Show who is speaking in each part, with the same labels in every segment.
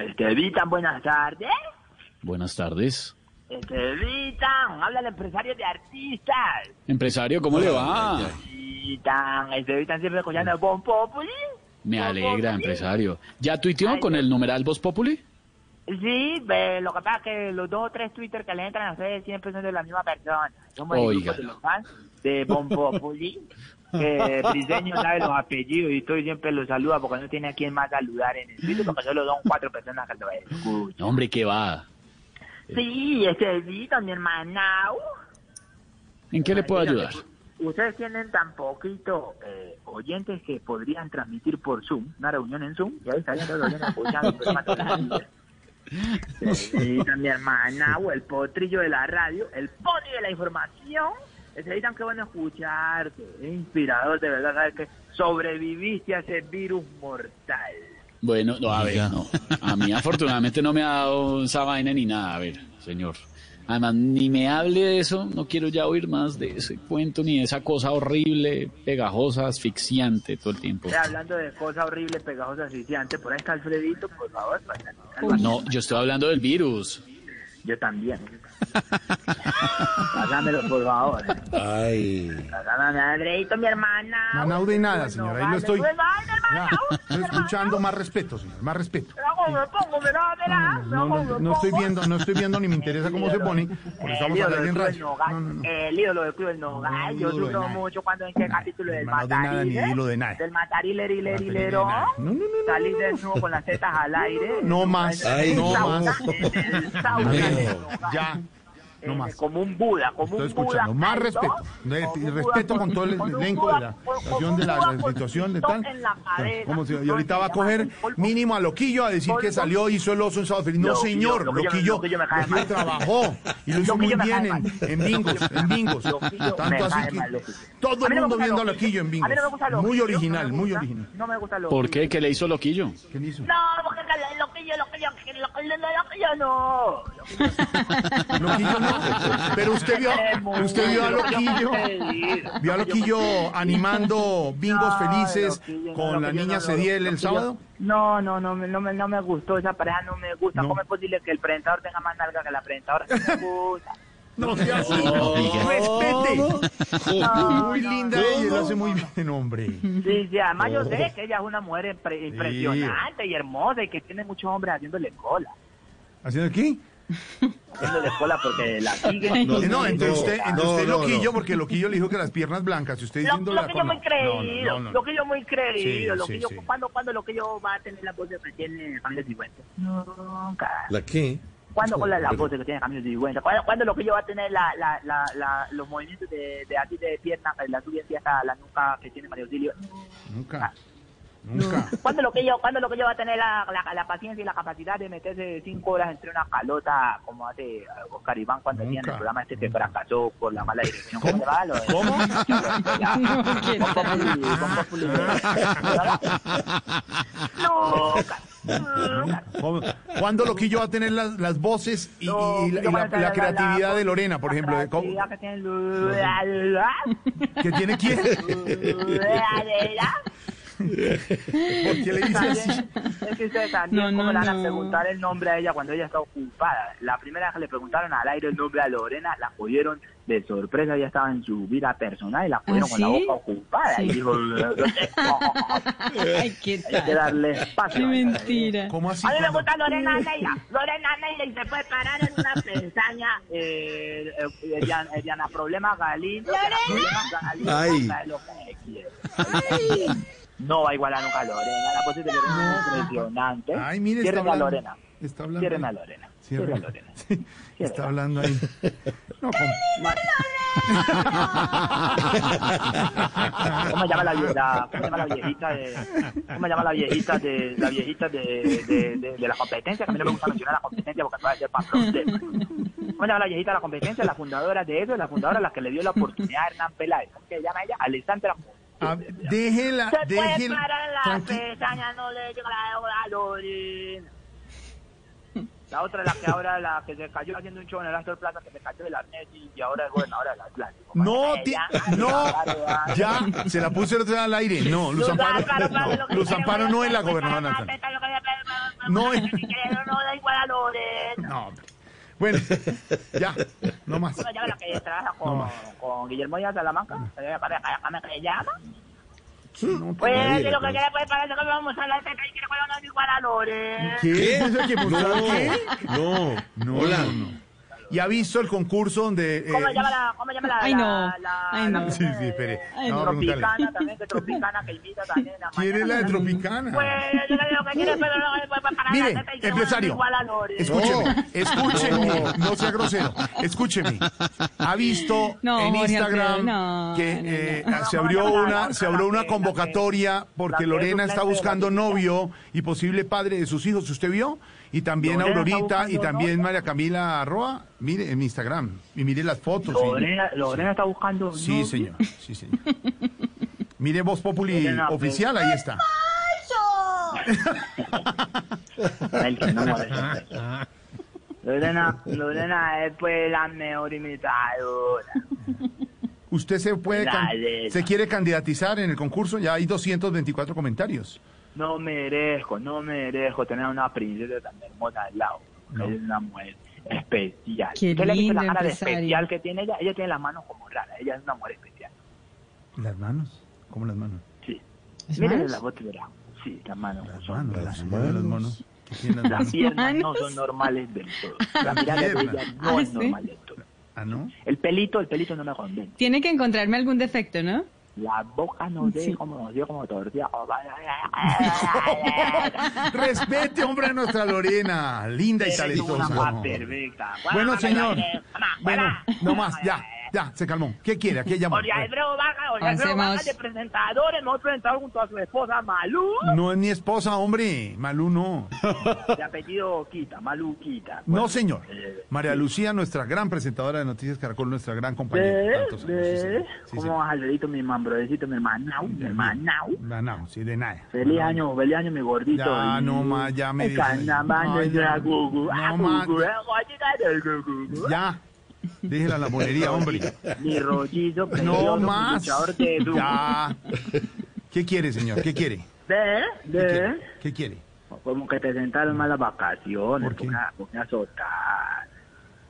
Speaker 1: Estevita, buenas tardes.
Speaker 2: Buenas tardes.
Speaker 1: Estevita, habla el empresario de artistas.
Speaker 2: Empresario, ¿cómo le va?
Speaker 1: Estevita, Estevita siempre escuchando el Bon Populi.
Speaker 2: Me
Speaker 1: Bon
Speaker 2: alegra,
Speaker 1: Populi.
Speaker 2: empresario. ¿Ya tuiteó con el numeral Voz Populi?
Speaker 1: Sí, ve, lo que pasa es que los dos o tres Twitter que le entran a ustedes siempre son de la misma persona. Somos el grupo
Speaker 2: Óigalo.
Speaker 1: de los fans de Bon Populi. Que Briseño sabe los apellidos y todo y siempre los saluda porque no tiene a quien más saludar en el Twitter porque solo son cuatro personas que lo escuchan.
Speaker 2: No, hombre, ¿qué va? Eh.
Speaker 1: Sí, Estevita, mi Uh, hermanao.
Speaker 2: ¿En qué le puedo
Speaker 1: Dígame,
Speaker 2: ayudar?
Speaker 1: eh, Ustedes tienen tan poquito eh, oyentes que podrían transmitir por Zoom, una reunión en Zoom, y ahí estarían todos los oyentes apoyando el programa todos los días. Necesitan mi hermana o el potrillo de la radio, el poli de la información. Necesitan que bueno escucharte, es inspirador de verdad saber que sobreviviste a ese virus mortal.
Speaker 2: Bueno, no, a ver, no. A mí afortunadamente no me ha dado esa vaina ni nada, a ver, señor. Además, ni me hable de eso, no quiero ya oír más de ese cuento ni de esa cosa horrible, pegajosa, asfixiante todo el tiempo.
Speaker 1: Eh, hablando de cosas horribles, pegajosas, asfixiantes, por ahí está Alfredito, por favor. para-
Speaker 2: No, yo estoy hablando del virus.
Speaker 1: Yo también. Pásamelo, por favor.
Speaker 3: Ay.
Speaker 1: Pásame a Andreito, mi hermana.
Speaker 4: Manau de nada, señora, ahí lo estoy.
Speaker 1: Pues vale, hermana.
Speaker 4: No escuchando, más respeto, señor, más respeto.
Speaker 1: Luego me pongo, verá, verá.
Speaker 4: No,
Speaker 1: Luego
Speaker 4: no,
Speaker 1: me
Speaker 4: no, no estoy
Speaker 1: pongo.
Speaker 4: viendo, no estoy viendo ni me interesa cómo se pone, porque
Speaker 1: El
Speaker 4: estamos
Speaker 1: ídolo
Speaker 4: hablando
Speaker 1: del
Speaker 4: en
Speaker 1: Club del
Speaker 4: radio.
Speaker 1: Nogal,
Speaker 4: No, no, no.
Speaker 1: El ídolo del Club del Nogal. Yo
Speaker 4: No, ídolo de
Speaker 1: sufro
Speaker 4: nada.
Speaker 1: mucho cuando en qué
Speaker 4: Nada,
Speaker 1: capítulo del
Speaker 4: hermano, de nada,
Speaker 1: Matarile.
Speaker 4: ni hilo de nada.
Speaker 1: Del Matarile, lile,
Speaker 4: Matarile,
Speaker 1: lilero.
Speaker 4: nada. No, no, no, no,
Speaker 1: Salí
Speaker 4: no, no.
Speaker 1: desnudo con las tetas al aire.
Speaker 4: No más,
Speaker 3: Ay,
Speaker 4: no
Speaker 1: Sauna,
Speaker 4: más.
Speaker 1: en el sauna
Speaker 4: Amigo,
Speaker 1: del Nogal.
Speaker 4: ya, no
Speaker 1: Eh,
Speaker 4: más.
Speaker 1: Como un Buda, como
Speaker 4: Estoy
Speaker 1: un Buda.
Speaker 4: escuchando. Más
Speaker 1: alto,
Speaker 4: respeto.
Speaker 1: como
Speaker 4: Le-
Speaker 1: un Buda
Speaker 4: respeto con todo el
Speaker 1: con un
Speaker 4: elenco
Speaker 1: Buda-
Speaker 4: de la
Speaker 1: con un
Speaker 4: situación de la-
Speaker 1: Buda
Speaker 4: la
Speaker 1: con
Speaker 4: situación de
Speaker 1: un
Speaker 4: tal.
Speaker 1: top en la cadera.
Speaker 4: Como si- y ahorita va a coger mínimo a Loquillo a decir que salió, hizo el oso en Sábado Feliz. No,
Speaker 1: Loquillo,
Speaker 4: señor,
Speaker 1: Loquillo,
Speaker 4: Loquillo,
Speaker 1: Loquillo me cae
Speaker 4: Loquillo
Speaker 1: mal.
Speaker 4: trabajó y lo hizo
Speaker 1: Loquillo
Speaker 4: muy
Speaker 1: me cae
Speaker 4: bien en,
Speaker 1: mal.
Speaker 4: en bingos, en bingos.
Speaker 1: Loquillo me
Speaker 4: Tanto
Speaker 1: cae
Speaker 4: así que
Speaker 1: mal, Loquillo.
Speaker 4: todo
Speaker 1: A mí
Speaker 4: el
Speaker 1: no me
Speaker 4: mundo
Speaker 1: gusta
Speaker 4: viendo a
Speaker 1: Loquillo.
Speaker 4: Loquillo en
Speaker 1: A
Speaker 4: bingos.
Speaker 1: mí no me gusta
Speaker 4: Muy
Speaker 1: Loquillo, no me
Speaker 4: original, muy
Speaker 1: gusta,
Speaker 4: original.
Speaker 1: No me gusta Loquillo.
Speaker 2: ¿Por qué? ¿Qué le hizo Loquillo?
Speaker 4: ¿Quién hizo?
Speaker 1: No, porque la- Loquillo, Loquillo, que Loquillo, no, Loquillo no.
Speaker 4: Loquillo no. Pero usted vio,
Speaker 1: Queremos,
Speaker 4: usted vio a
Speaker 1: lo que
Speaker 4: Loquillo.
Speaker 1: hemos pedido.
Speaker 4: Vio a Loquillo animando bingos
Speaker 1: No,
Speaker 4: felices
Speaker 1: Loquillo, no,
Speaker 4: con la
Speaker 1: Loquillo,
Speaker 4: niña
Speaker 1: no,
Speaker 4: Cediel el
Speaker 1: Loquillo.
Speaker 4: sábado.
Speaker 1: No, no, no, me- no, me, no me gustó esa pareja, no me gusta.
Speaker 4: No.
Speaker 1: ¿Cómo es posible que el presentador tenga más nalga que la presentadora? No me gusta.
Speaker 4: No sea así.
Speaker 2: No, diga.
Speaker 4: Respete.
Speaker 1: No,
Speaker 4: Muy
Speaker 1: no,
Speaker 4: linda
Speaker 1: no,
Speaker 4: ella,
Speaker 1: no,
Speaker 4: lo hace muy bien, hombre.
Speaker 1: Sí, sí, además
Speaker 4: Oh.
Speaker 1: yo sé que ella es una mujer impre- impresionante y hermosa y que tiene muchos hombres haciéndole cola.
Speaker 4: ¿Haciendo aquí?
Speaker 1: Haciéndole cola porque la siguen.
Speaker 4: Eh, No, entre
Speaker 3: no,
Speaker 4: usted, entre
Speaker 3: no,
Speaker 4: usted
Speaker 3: no,
Speaker 4: Loquillo,
Speaker 3: no.
Speaker 4: porque Loquillo le dijo que las piernas blancas, y usted
Speaker 1: Lo,
Speaker 4: diciendo
Speaker 1: lo
Speaker 4: la
Speaker 1: que yo muy
Speaker 4: cola. No,
Speaker 1: creído,
Speaker 4: no, no, no.
Speaker 1: lo que yo muy creído,
Speaker 4: Sí,
Speaker 1: lo
Speaker 4: sí,
Speaker 1: que yo,
Speaker 4: sí.
Speaker 1: ¿cuándo, cuándo lo que yo va a tener la voz eh, que tiene Camilo Cifuentes? Nunca.
Speaker 3: ¿La qué?
Speaker 1: ¿Cuándo
Speaker 3: Escucha,
Speaker 1: cuál es la
Speaker 3: pero-
Speaker 1: voz que tiene Camilo Cifuentes? ¿Cuándo, cuándo lo que yo va a tener la, la, la, la- los movimientos de, de así de pierna, eh, la suya así hasta la nuca que tiene Mario Silvio? Ah.
Speaker 4: Nunca. Nunca.
Speaker 1: ¿Cuándo lo que yo, cuándo lo que yo va a tener la, la, la paciencia y la capacidad de meterse cinco horas entre una calota como hace eh, Oscar Iván cuando hacían
Speaker 4: Nunca,
Speaker 1: el programa este que
Speaker 4: nunca.
Speaker 1: fracasó por la mala dirección? ¿Cómo? se va? Lo de- Ya. Con Populi, con Populi. Nunca, nunca.
Speaker 4: ¿Cómo- ¿Cuándo Loquillo va a tener las, las voces y, y- y la, y la- la creatividad de Lorena, por ejemplo?
Speaker 1: La
Speaker 4: de cómo-
Speaker 1: creatividad que tiene Lorena.
Speaker 4: ¿Que tiene quién?
Speaker 1: Lorena.
Speaker 4: ¿Por qué le dice así?
Speaker 1: Es que ustedes también,
Speaker 5: No,
Speaker 1: ¿cómo
Speaker 5: no,
Speaker 1: le van a
Speaker 5: no.
Speaker 1: preguntar el nombre a ella cuando ella está ocupada? La primera vez que le preguntaron al aire el nombre a Lorena, la cogieron de sorpresa, ella estaba en su vida personal y la cogieron
Speaker 5: ¿Ah,
Speaker 1: con la
Speaker 5: sí?
Speaker 1: boca ocupada. Y
Speaker 5: Sí.
Speaker 1: dijo,
Speaker 5: Ay, qué
Speaker 1: hay que
Speaker 5: tal.
Speaker 1: darle espacio.
Speaker 5: Qué
Speaker 1: a la-
Speaker 5: mentira.
Speaker 4: ¿Cómo así?
Speaker 1: A mí me
Speaker 4: cuando-
Speaker 1: gusta Lorena Neira. Lorena Neira y se puede parar en una pestaña. Eh, eh, eh, Diana, eh, Diana Problema Galindo. Diana Problema Galindo,
Speaker 3: Ay.
Speaker 1: sabe lo que quiere. No va a igualar nunca a Lorena. La posición de Lorena es impresionante.
Speaker 4: Ay, mire, está
Speaker 1: Cierren a
Speaker 4: hablando.
Speaker 1: Lorena.
Speaker 4: Está hablando.
Speaker 1: Cierren a
Speaker 4: ahí.
Speaker 1: Lorena.
Speaker 4: Cierre.
Speaker 1: Cierren a Lorena.
Speaker 4: Sí, está hablando ahí. No, con-
Speaker 1: Ma- ¿Cómo se llama la, vie- la- cómo se llama la viejita de cómo se llama la viejita de la viejita de, de, de- de la competencia? Que a mí no me gusta mencionar la competencia porque acaba de ser patrón de- ¿Cómo se llama la viejita de la competencia? La fundadora de eso, la fundadora la que le dio la oportunidad a Hernán Peláez. ¿Cómo que se llama ella? Alessandra.
Speaker 4: Ah, déjela,
Speaker 1: Se puede
Speaker 4: déjela.
Speaker 1: parar la
Speaker 4: tranqui-
Speaker 1: pestaña, no le llega la orina. La otra, la que ahora, la que se cayó haciendo un show en el Astor Plaza, que se cayó del arnés y y ahora es gobernadora del Atlántico.
Speaker 4: No,
Speaker 1: Ella,
Speaker 4: ti-
Speaker 1: ella,
Speaker 4: no,
Speaker 1: ella, ella.
Speaker 4: ya, se la puse el otro día al aire. No, Luz Amparo, no, Luz Amparo no es la gobernadora nacional. No es.
Speaker 1: No da igual a Loren.
Speaker 4: No. Bueno, ya, no más.
Speaker 1: ¿Cómo se llama la que trabaja con,
Speaker 4: No. Ah.
Speaker 1: con Guillermo Díaz Salamanca? ¿Cómo se llama?
Speaker 4: No,
Speaker 1: Pues, si lo que quiere, pues, parece que vamos a hablar de que quiere no da igual a Loren.
Speaker 4: ¿Qué? ¿Eso hay que mostrar? ¿Qué?
Speaker 6: No, no, hola.
Speaker 4: ¿Y ha visto el concurso donde... eh,
Speaker 1: ¿Cómo se llama la, cómo se llama la,
Speaker 3: Ay, no.
Speaker 1: la, la,
Speaker 3: Ay, no.
Speaker 1: la-
Speaker 4: Sí, sí, espere.
Speaker 3: Ay,
Speaker 4: No, pregúntale.
Speaker 1: Tropicana también, que Tropicana que invita también en la
Speaker 4: ¿Quién es la de
Speaker 1: mañana.
Speaker 4: Tropicana?
Speaker 1: Pues, yo le digo que quiere, pero no, pues, para la
Speaker 4: Mire,
Speaker 1: teta y que no da
Speaker 4: empresario,
Speaker 1: igual a Loren.
Speaker 4: escúcheme, escúcheme, no sea grosero, escúcheme. Ha visto
Speaker 3: No,
Speaker 4: en
Speaker 3: Jorge
Speaker 4: Instagram
Speaker 3: Alfredo, no,
Speaker 4: que
Speaker 3: no, no.
Speaker 4: eh,
Speaker 1: No,
Speaker 4: se
Speaker 1: no,
Speaker 4: abrió
Speaker 1: no, no,
Speaker 4: una,
Speaker 1: no,
Speaker 4: se
Speaker 1: no,
Speaker 4: abrió
Speaker 1: la
Speaker 4: una
Speaker 1: que- la que-
Speaker 4: convocatoria porque
Speaker 1: la que es
Speaker 4: Lorena está
Speaker 1: suplente de la
Speaker 4: buscando
Speaker 1: chiquita.
Speaker 4: novio y posible padre de sus hijos. ¿Usted vio? Y también
Speaker 1: Lorena está
Speaker 4: Aurorita y
Speaker 1: buscando
Speaker 4: también
Speaker 1: novio.
Speaker 4: María Camila Roa. Mire en mi Instagram y mire las fotos. y-
Speaker 1: Lorena, Lorena está buscando.
Speaker 4: Sí,
Speaker 1: novio.
Speaker 4: señor, sí, señor. Mire Voz Populi
Speaker 1: Lorena, pues.
Speaker 4: oficial, ahí está.
Speaker 1: Ay, que no molesta. Lorena, Lorena es pues la mejor imitadora.
Speaker 4: Usted se puede can-
Speaker 1: Dale.
Speaker 4: se quiere candidatizar en el concurso, ya hay 224 comentarios.
Speaker 1: No merezco, no merezco tener a una princesa tan hermosa al lado. Es una mujer especial.
Speaker 3: Qué
Speaker 1: Usted le dice
Speaker 3: lindo
Speaker 1: la cara de
Speaker 3: empresario.
Speaker 1: especial que tiene ella? Ella tiene las manos como raras. Ella es una mujer especial.
Speaker 4: Las manos, ¿cómo las manos?
Speaker 1: Sí.
Speaker 3: ¿Las
Speaker 1: Mire
Speaker 3: manos?
Speaker 1: la voz y verá. Sí, las manos
Speaker 4: Las
Speaker 1: Pues son
Speaker 4: manos,
Speaker 1: raras.
Speaker 4: las manos, las manos. ¿Qué tienen las
Speaker 1: Las
Speaker 4: manos?
Speaker 1: piernas no
Speaker 3: manos.
Speaker 1: son normales del todo. La mirada de
Speaker 4: piernas.
Speaker 1: ella no
Speaker 3: Ah,
Speaker 1: es
Speaker 3: ¿sí?
Speaker 1: normal del todo.
Speaker 4: Ah, ¿no?
Speaker 1: El pelito, el pelito no me convence.
Speaker 3: Tiene que encontrarme algún defecto, ¿no?
Speaker 1: La boca no sé
Speaker 3: Sí.
Speaker 1: cómo nos dio como tortilla.
Speaker 4: Respete, hombre, a nuestra Lorena, linda y
Speaker 1: Es una
Speaker 4: talentosa.
Speaker 1: mujer perfecta.
Speaker 4: Bueno, señor. Bueno,
Speaker 1: Fuera.
Speaker 4: no más, ya, eh. ya, se calmó. ¿Qué quiere? ¿A qué llama?
Speaker 1: Jorge Alfredo Vargas, Jorge Alfredo
Speaker 3: Avancemos.
Speaker 1: Vargas de presentadores, mejor presentador junto a su esposa Malú,
Speaker 4: No es mi esposa, hombre. Malú no.
Speaker 1: de apellido Quita, Malú Quita.
Speaker 4: No, señor.
Speaker 1: eh,
Speaker 4: María Lucía, nuestra gran presentadora de Noticias Caracol, nuestra gran compañera. de tantos años, sí, señor. Sí,
Speaker 1: ¿Cómo vas, Alfredito, mi mambrodecito, mi hermanao, mi hermanao?
Speaker 4: señor. Ah, no, sí, de nada.
Speaker 1: Feliz año, feliz año, mi gordito.
Speaker 4: Ya, no más, ya me dicen.
Speaker 1: Carnaval
Speaker 4: Ay,
Speaker 1: de la
Speaker 4: no,
Speaker 1: gugu, ah,
Speaker 4: no más.
Speaker 1: gugu, eh, guayita del gugu.
Speaker 4: Ya. Déjela la monería, hombre.
Speaker 1: Mi rollizo
Speaker 4: No
Speaker 1: precioso, mi
Speaker 4: más.
Speaker 1: luchador de du-
Speaker 4: Ya. ¿Qué quiere, señor? ¿Qué quiere?
Speaker 1: ¿Ve?
Speaker 4: ¿Qué
Speaker 1: ¿Ve?
Speaker 4: quiere? ¿Qué quiere?
Speaker 1: Como que te sentaron mal las vacaciones.
Speaker 4: ¿Por qué?
Speaker 1: Porque, porque azotar.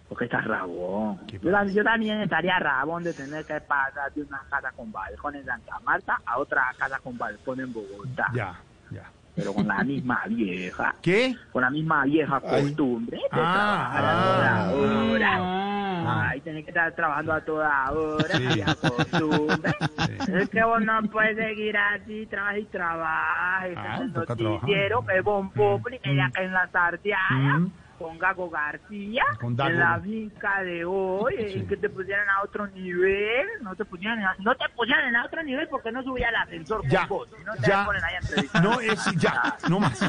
Speaker 1: Porque estás rabón.
Speaker 4: ¿Qué
Speaker 1: Yo, tam- yo también estaría rabón de tener que pasar de una casa con balcón en Santa Marta a otra casa con balcón en Bogotá.
Speaker 4: Ya, ya.
Speaker 1: Pero con la misma vieja.
Speaker 4: ¿Qué? Eh,
Speaker 1: Con la misma vieja
Speaker 6: Ay.
Speaker 1: costumbre de
Speaker 4: Ah,
Speaker 1: trabajar a toda hora.
Speaker 3: Ah.
Speaker 1: Ay, tenés que estar trabajando a toda hora,
Speaker 4: Sí.
Speaker 1: vieja costumbre.
Speaker 4: Sí.
Speaker 1: Es que vos no puedes seguir así, trabaja y trabaja.
Speaker 4: Ah,
Speaker 1: Estás en
Speaker 4: toca
Speaker 1: noticiero,
Speaker 4: trabajar.
Speaker 1: que Bon Populi, que ya que en la tardeada,
Speaker 4: Mm.
Speaker 1: con Gago García,
Speaker 4: Con Dago.
Speaker 1: en la finca de hoy,
Speaker 4: Sí.
Speaker 1: y que te pusieran a otro nivel. No te pusieran, a- no te pusieran a otro nivel porque no subía el ascensor
Speaker 4: Ya,
Speaker 1: con vos. No te
Speaker 4: ya.
Speaker 1: ponen ahí a entrevistar.
Speaker 4: No, es ya, no más.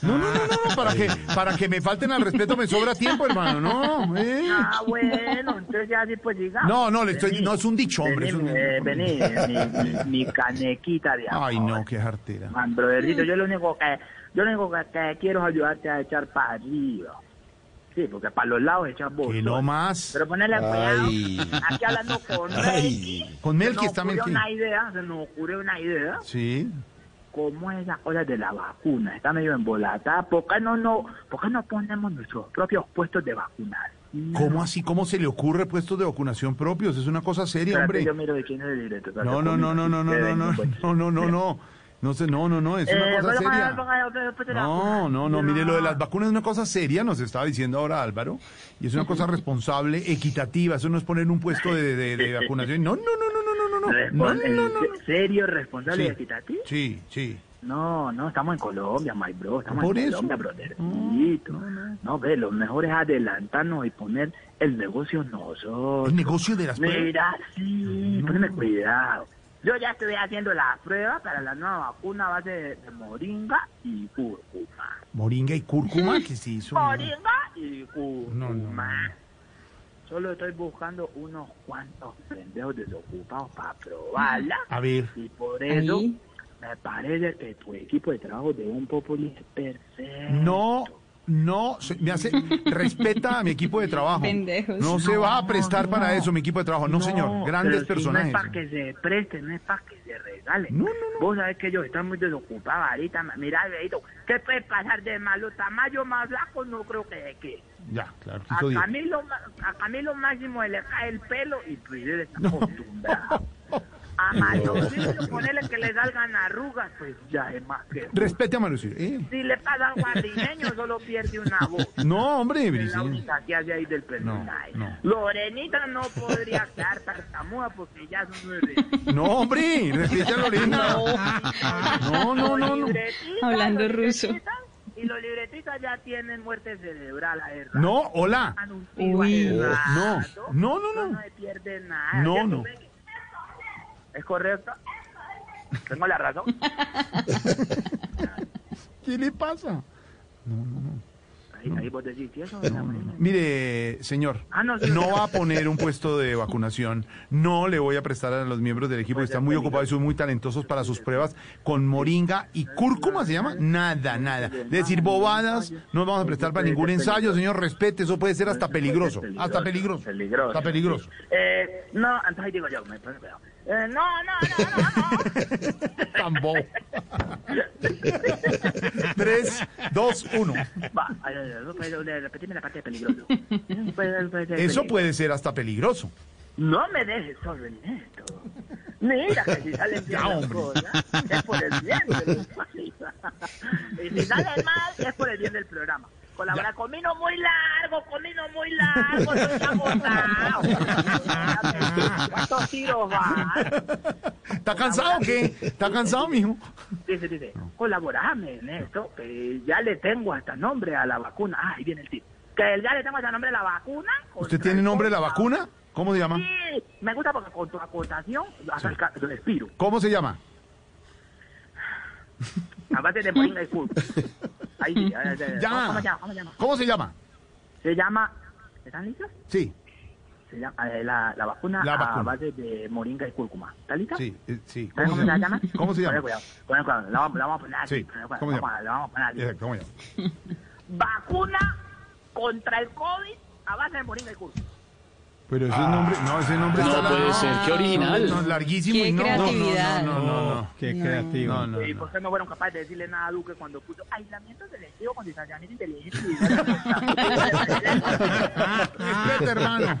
Speaker 4: No, no, no, no, no, para que, para que me falten al respeto me sobra tiempo, hermano. No, eh.
Speaker 1: Ah, bueno, entonces ya sí, pues digamos.
Speaker 4: No, no, le estoy, no es un dicho, hombre. es
Speaker 1: Vení,
Speaker 4: un-
Speaker 1: eh, vení, mi, mi- mi canequita de amor.
Speaker 4: Ay, no, qué jartera.
Speaker 1: Man, brothercito, yo lo único que, yo lo único que, que quiero es ayudarte a echar para arriba. Sí, porque para los lados echas vos.
Speaker 4: Que no más.
Speaker 1: Pero ponerle cuidado.
Speaker 6: Ay.
Speaker 1: Aquí hablando con Melqui.
Speaker 6: Ay.
Speaker 4: Con Melqui
Speaker 1: se nos
Speaker 4: está
Speaker 1: ocurrió
Speaker 4: Melqui.
Speaker 1: una idea, se nos ocurre una idea.
Speaker 4: Sí.
Speaker 1: ¿Cómo es la cosa de la vacuna? Está medio embolatada. ¿Por qué no, no, por qué no ponemos nuestros propios puestos de vacunar?
Speaker 4: ¿Cómo así? ¿Cómo se le ocurre puestos de vacunación propios? Es una cosa seria,
Speaker 1: Espérate,
Speaker 4: hombre.
Speaker 1: Yo miro de quién es el director.
Speaker 4: No, no, no, no, no, no, no, no, no, no, no, no. No sé, no, no, no, es
Speaker 1: Eh,
Speaker 4: una cosa
Speaker 1: bueno,
Speaker 4: seria.
Speaker 1: bueno, bueno, bueno, después de la vacuna.
Speaker 4: No, no, no, mire, lo de las vacunas es una cosa seria, nos estaba diciendo ahora Álvaro, y es una cosa responsable, equitativa, eso no es poner un puesto de, de- de vacunación. No, no, no, no, no, no, no, no,
Speaker 1: Respon-
Speaker 4: no, no, no,
Speaker 1: eh,
Speaker 4: no.
Speaker 1: ¿Serio, responsable y
Speaker 4: Sí,
Speaker 1: equitativo?
Speaker 4: sí, sí.
Speaker 1: No, no, estamos en Colombia, my bro. Estamos
Speaker 4: Por
Speaker 1: en
Speaker 4: eso.
Speaker 1: Colombia, brodercito. No, ve, lo mejor es adelantarnos y poner el negocio nosotros.
Speaker 4: El negocio pues. de las pruebas.
Speaker 1: Mira, sí, ponme cuidado. Yo ya estoy haciendo la prueba para la nueva vacuna a base de, de moringa y cúrcuma.
Speaker 4: Moringa y cúrcuma que se hizo. ¿no?
Speaker 1: Moringa y
Speaker 4: No,
Speaker 1: cúrcuma.
Speaker 4: no, no.
Speaker 1: Solo estoy buscando unos cuantos pendejos desocupados para probarla.
Speaker 4: A ver.
Speaker 1: Y por eso
Speaker 3: Ahí.
Speaker 1: me parece que tu equipo de trabajo de un Populi es perfecto.
Speaker 4: No, no, se- me hace, respeta a mi equipo de trabajo.
Speaker 3: Pendejos.
Speaker 4: No se
Speaker 1: No,
Speaker 4: va a prestar
Speaker 1: no.
Speaker 4: para eso mi equipo de trabajo. No, señor, grandes
Speaker 1: pero si
Speaker 4: personajes.
Speaker 1: No es para que se presten, no es para que se regalen.
Speaker 4: No, no,
Speaker 1: Vos sabés que ellos están muy desocupados ahorita. ma- Mirá, Beito, ¿qué puede pasar de malo? Tamayo más blanco no creo que de qué.
Speaker 4: Ya, claro.
Speaker 1: A
Speaker 4: hizo diez.
Speaker 1: Camilo, Ma- a Camilo Máximo le cae el pelo y pues él está acostumbrado. A Mayorcillo, ponerle que le salgan arrugas, pues ya es más que...
Speaker 4: Respete a Mauricio. eh.
Speaker 1: Si le pasa a guardineño, solo pierde una voz.
Speaker 4: No, hombre,
Speaker 1: Es la
Speaker 4: Brice.
Speaker 1: única que hace ahí del personaje.
Speaker 4: no.
Speaker 1: Lorenita no podría quedar tartamuda porque ya son nueve.
Speaker 4: No, hombre, respete a Lorena. No, no, no, no.
Speaker 1: Los libretistas,
Speaker 3: Hablando
Speaker 1: los
Speaker 3: ruso.
Speaker 1: libretistas, Y los libretistas ya tienen muerte cerebral, a ver.
Speaker 4: No, hola.
Speaker 3: Uy.
Speaker 4: No, no, no, no.
Speaker 1: No se pierde nada.
Speaker 4: No,
Speaker 1: ¿cierto,
Speaker 4: no.
Speaker 1: Becky? ¿Es correcto? Tengo la razón.
Speaker 4: ¿Qué le pasa?
Speaker 1: Ahí, ahí vos decís, ¿y eso? No,
Speaker 4: Mire, señor,
Speaker 1: Ah, no, sí.
Speaker 4: no va a poner un puesto de vacunación. No le voy a prestar a los miembros del equipo que están muy ocupados y son muy talentosos para sus pruebas con moringa y cúrcuma, ¿se llama? Nada, nada. Decir bobadas, no vamos a prestar para ningún ensayo, señor. Respete, eso puede ser hasta peligroso. Hasta peligroso.
Speaker 1: Pues Peligroso.
Speaker 4: Hasta peligroso.
Speaker 1: Eh, no, entonces ahí digo yo, me pongo cuidado. Eh, no, no, no, no, no.
Speaker 4: Tan bobo. Tres, dos, uno.
Speaker 1: Va, ay, ay, ay, no puedo, le- repetime la parte de peligroso. Pues, eh, No puede- no
Speaker 4: Eso
Speaker 1: puede ser peligroso.
Speaker 4: puede ser hasta peligroso.
Speaker 1: No me dejes solo en esto. Mira que si salen bien
Speaker 4: Ya,
Speaker 1: las
Speaker 4: hombre.
Speaker 1: cosas, es por el bien del país. Y si salen mal, es por el bien del programa. Colabora, comino muy largo, comino muy largo, estoy agotado. ¿Cuántos tiros van?
Speaker 4: ¿Está cansado o qué? ¿Está cansado, mijo?
Speaker 1: Dice, dice, colaborame en esto, que ya le tengo hasta nombre a la vacuna. Ah, ahí viene el tío. Que ya le tengo hasta nombre a la vacuna. contra
Speaker 4: ¿Usted tiene
Speaker 1: el
Speaker 4: nombre de la
Speaker 1: COVID.
Speaker 4: vacuna? ¿Cómo se llama?
Speaker 1: Sí, me gusta porque con tu acotación, hasta el ca- lo respiro.
Speaker 4: ¿Cómo se llama?
Speaker 1: A base de moringa y fútbol. Ahí, sí, ahí, ahí, ahí. Eh, ¿Cómo se
Speaker 4: Ya.
Speaker 1: llama? ¿Cómo se llama?
Speaker 4: ¿Cómo se llama?
Speaker 1: Se llama- ¿Están listos?
Speaker 4: Sí,
Speaker 1: Se llama, eh, la, la vacuna
Speaker 4: La
Speaker 1: a
Speaker 4: vacuna.
Speaker 1: base de moringa y cúrcuma. ¿Está lista?
Speaker 4: sí, eh, sí.
Speaker 1: ¿Sabes cómo se llama?
Speaker 4: ¿Cómo se
Speaker 1: Ponle
Speaker 4: llama?
Speaker 1: cuidado, ponle cuidado. La vamos, la vamos a poner aquí.
Speaker 4: Sí,
Speaker 1: ponle cuidado,
Speaker 4: ¿cómo se
Speaker 1: vamos a- la vamos a poner aquí.
Speaker 4: Eh, ¿Cómo se llama?
Speaker 1: Vacuna contra el COVID a base de moringa y cúrcuma.
Speaker 4: Pero ese nombre, no, ese nombre
Speaker 2: No
Speaker 4: está
Speaker 2: puede ser, qué original.
Speaker 4: no, Oh, larguísimo
Speaker 3: Qué
Speaker 4: y no, no,
Speaker 3: creatividad.
Speaker 4: no, no, no, no,
Speaker 6: Qué creativo.
Speaker 4: no, no,
Speaker 1: ¿Y
Speaker 4: Ah, no.
Speaker 1: por qué no fueron capaces de decirle nada a Duque cuando puso aislamiento selectivo con distanciamiento inteligente? y no le-
Speaker 4: Respeta, hermano.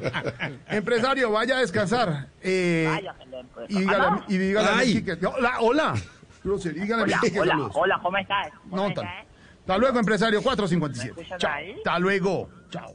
Speaker 4: Empresario, vaya a descansar. Eh,
Speaker 1: Vaya, que le-
Speaker 4: y dígale, a-
Speaker 1: Aló.
Speaker 4: y dígale a
Speaker 6: Ay.
Speaker 4: Messi que... Hola, hola. Grosería, dígale a
Speaker 1: Hola,
Speaker 4: Messi que
Speaker 1: hola,
Speaker 4: saludos.
Speaker 1: hola, ¿cómo estás? ¿Cómo
Speaker 4: No,
Speaker 1: estás?
Speaker 4: tal. Hasta luego, empresario.
Speaker 1: ¿Me
Speaker 4: 457.
Speaker 1: escuchas
Speaker 4: Chao.
Speaker 1: ahí?
Speaker 4: Hasta luego. Chao.